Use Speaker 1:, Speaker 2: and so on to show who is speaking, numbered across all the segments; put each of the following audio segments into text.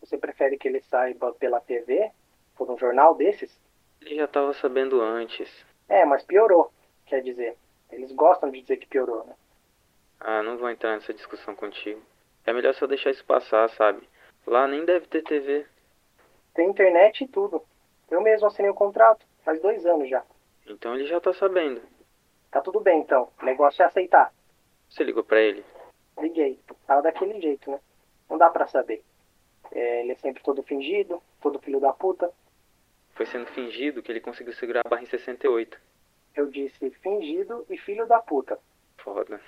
Speaker 1: Você prefere que ele saiba pela TV? Por um jornal desses?
Speaker 2: Ele já estava sabendo antes.
Speaker 1: É, mas piorou. Quer dizer, eles gostam de dizer que piorou, né?
Speaker 2: Ah, não vou entrar nessa discussão contigo. É melhor só deixar isso passar, sabe? Lá nem deve ter TV.
Speaker 1: Tem internet e tudo. Eu mesmo assinei o contrato, faz dois anos já.
Speaker 2: Então ele já tá sabendo.
Speaker 1: Tá tudo bem então, o negócio é aceitar.
Speaker 2: Você ligou pra ele?
Speaker 1: Liguei, tava daquele jeito, né? Não dá pra saber. É, ele é sempre todo fingido, todo filho da puta.
Speaker 2: Foi sendo fingido que ele conseguiu segurar a barra em 68.
Speaker 1: Eu disse fingido e filho da puta.
Speaker 2: Foda.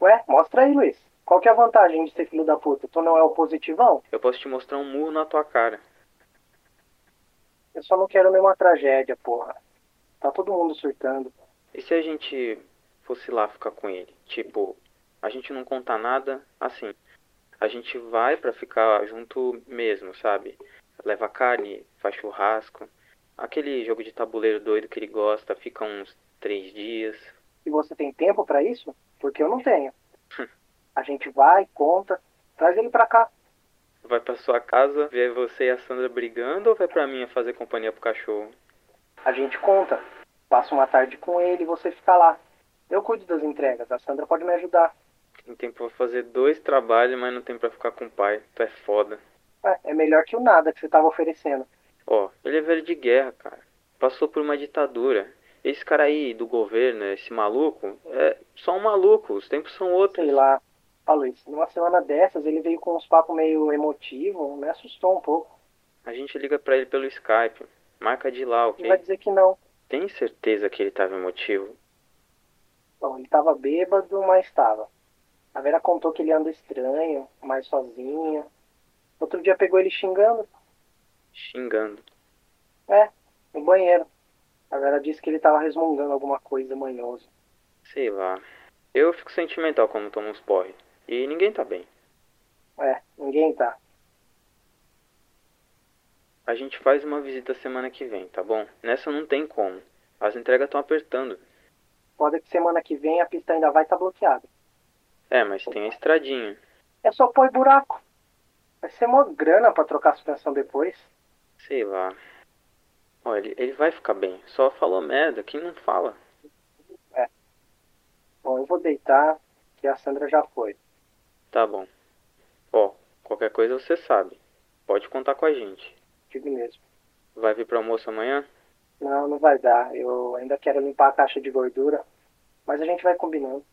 Speaker 1: Ué, mostra aí, Luiz. Qual que é a vantagem de ser filho da puta? Tu não é o positivão?
Speaker 2: Eu posso te mostrar um murro na tua cara.
Speaker 1: Eu só não quero nenhuma tragédia, porra. Tá todo mundo surtando.
Speaker 2: E se a gente fosse lá ficar com ele? Tipo, a gente não conta nada, assim. A gente vai pra ficar junto mesmo, sabe? Leva carne, faz churrasco. Aquele jogo de tabuleiro doido que ele gosta, fica uns três dias.
Speaker 1: E você tem tempo pra isso? Porque eu não tenho. a gente vai, conta, traz ele pra cá.
Speaker 2: Vai pra sua casa ver você e a Sandra brigando ou vai pra minha fazer companhia pro cachorro?
Speaker 1: A gente conta. Passa uma tarde com ele e você fica lá. Eu cuido das entregas, a Sandra pode me ajudar.
Speaker 2: Tem tempo pra fazer dois trabalhos, mas não tem pra ficar com o pai. Tu é foda.
Speaker 1: É, é melhor que o nada que você tava oferecendo.
Speaker 2: Ó, ele é velho de guerra, cara. Passou por uma ditadura. Esse cara aí do governo, esse maluco, é só um maluco. Os tempos são outros.
Speaker 1: Sei lá. Ó, Luiz, numa semana dessas ele veio com uns papos meio emotivo, me assustou um pouco.
Speaker 2: A gente liga pra ele pelo Skype. Marca de lá,
Speaker 1: Ele vai
Speaker 2: ok?
Speaker 1: dizer que não.
Speaker 2: Tem certeza que ele tava emotivo?
Speaker 1: Bom, ele tava bêbado, mas tava. A Vera contou que ele anda estranho, mais sozinha. Outro dia pegou ele xingando,
Speaker 2: Xingando.
Speaker 1: é, no banheiro. A Vera disse que ele tava resmungando alguma coisa manhoso.
Speaker 2: Sei lá. Eu fico sentimental quando tomo uns porre. E ninguém tá bem.
Speaker 1: É, ninguém tá.
Speaker 2: A gente faz uma visita semana que vem, tá bom? Nessa não tem como. As entregas estão apertando.
Speaker 1: Pode que semana que vem a pista ainda vai estar tá bloqueada.
Speaker 2: É, mas tem a estradinha.
Speaker 1: É só pôr buraco. Vai ser mó grana pra trocar a suspensão depois.
Speaker 2: Sei lá. Olha, ele vai ficar bem. Só falou merda. Quem não fala?
Speaker 1: Bom, eu vou deitar, que a Sandra já foi.
Speaker 2: Tá bom. Ó, qualquer coisa você sabe. Pode contar com a gente.
Speaker 1: Digo mesmo.
Speaker 2: Vai vir pro almoço amanhã?
Speaker 1: Não, não vai dar. Eu ainda quero limpar a caixa de gordura. Mas a gente vai combinando.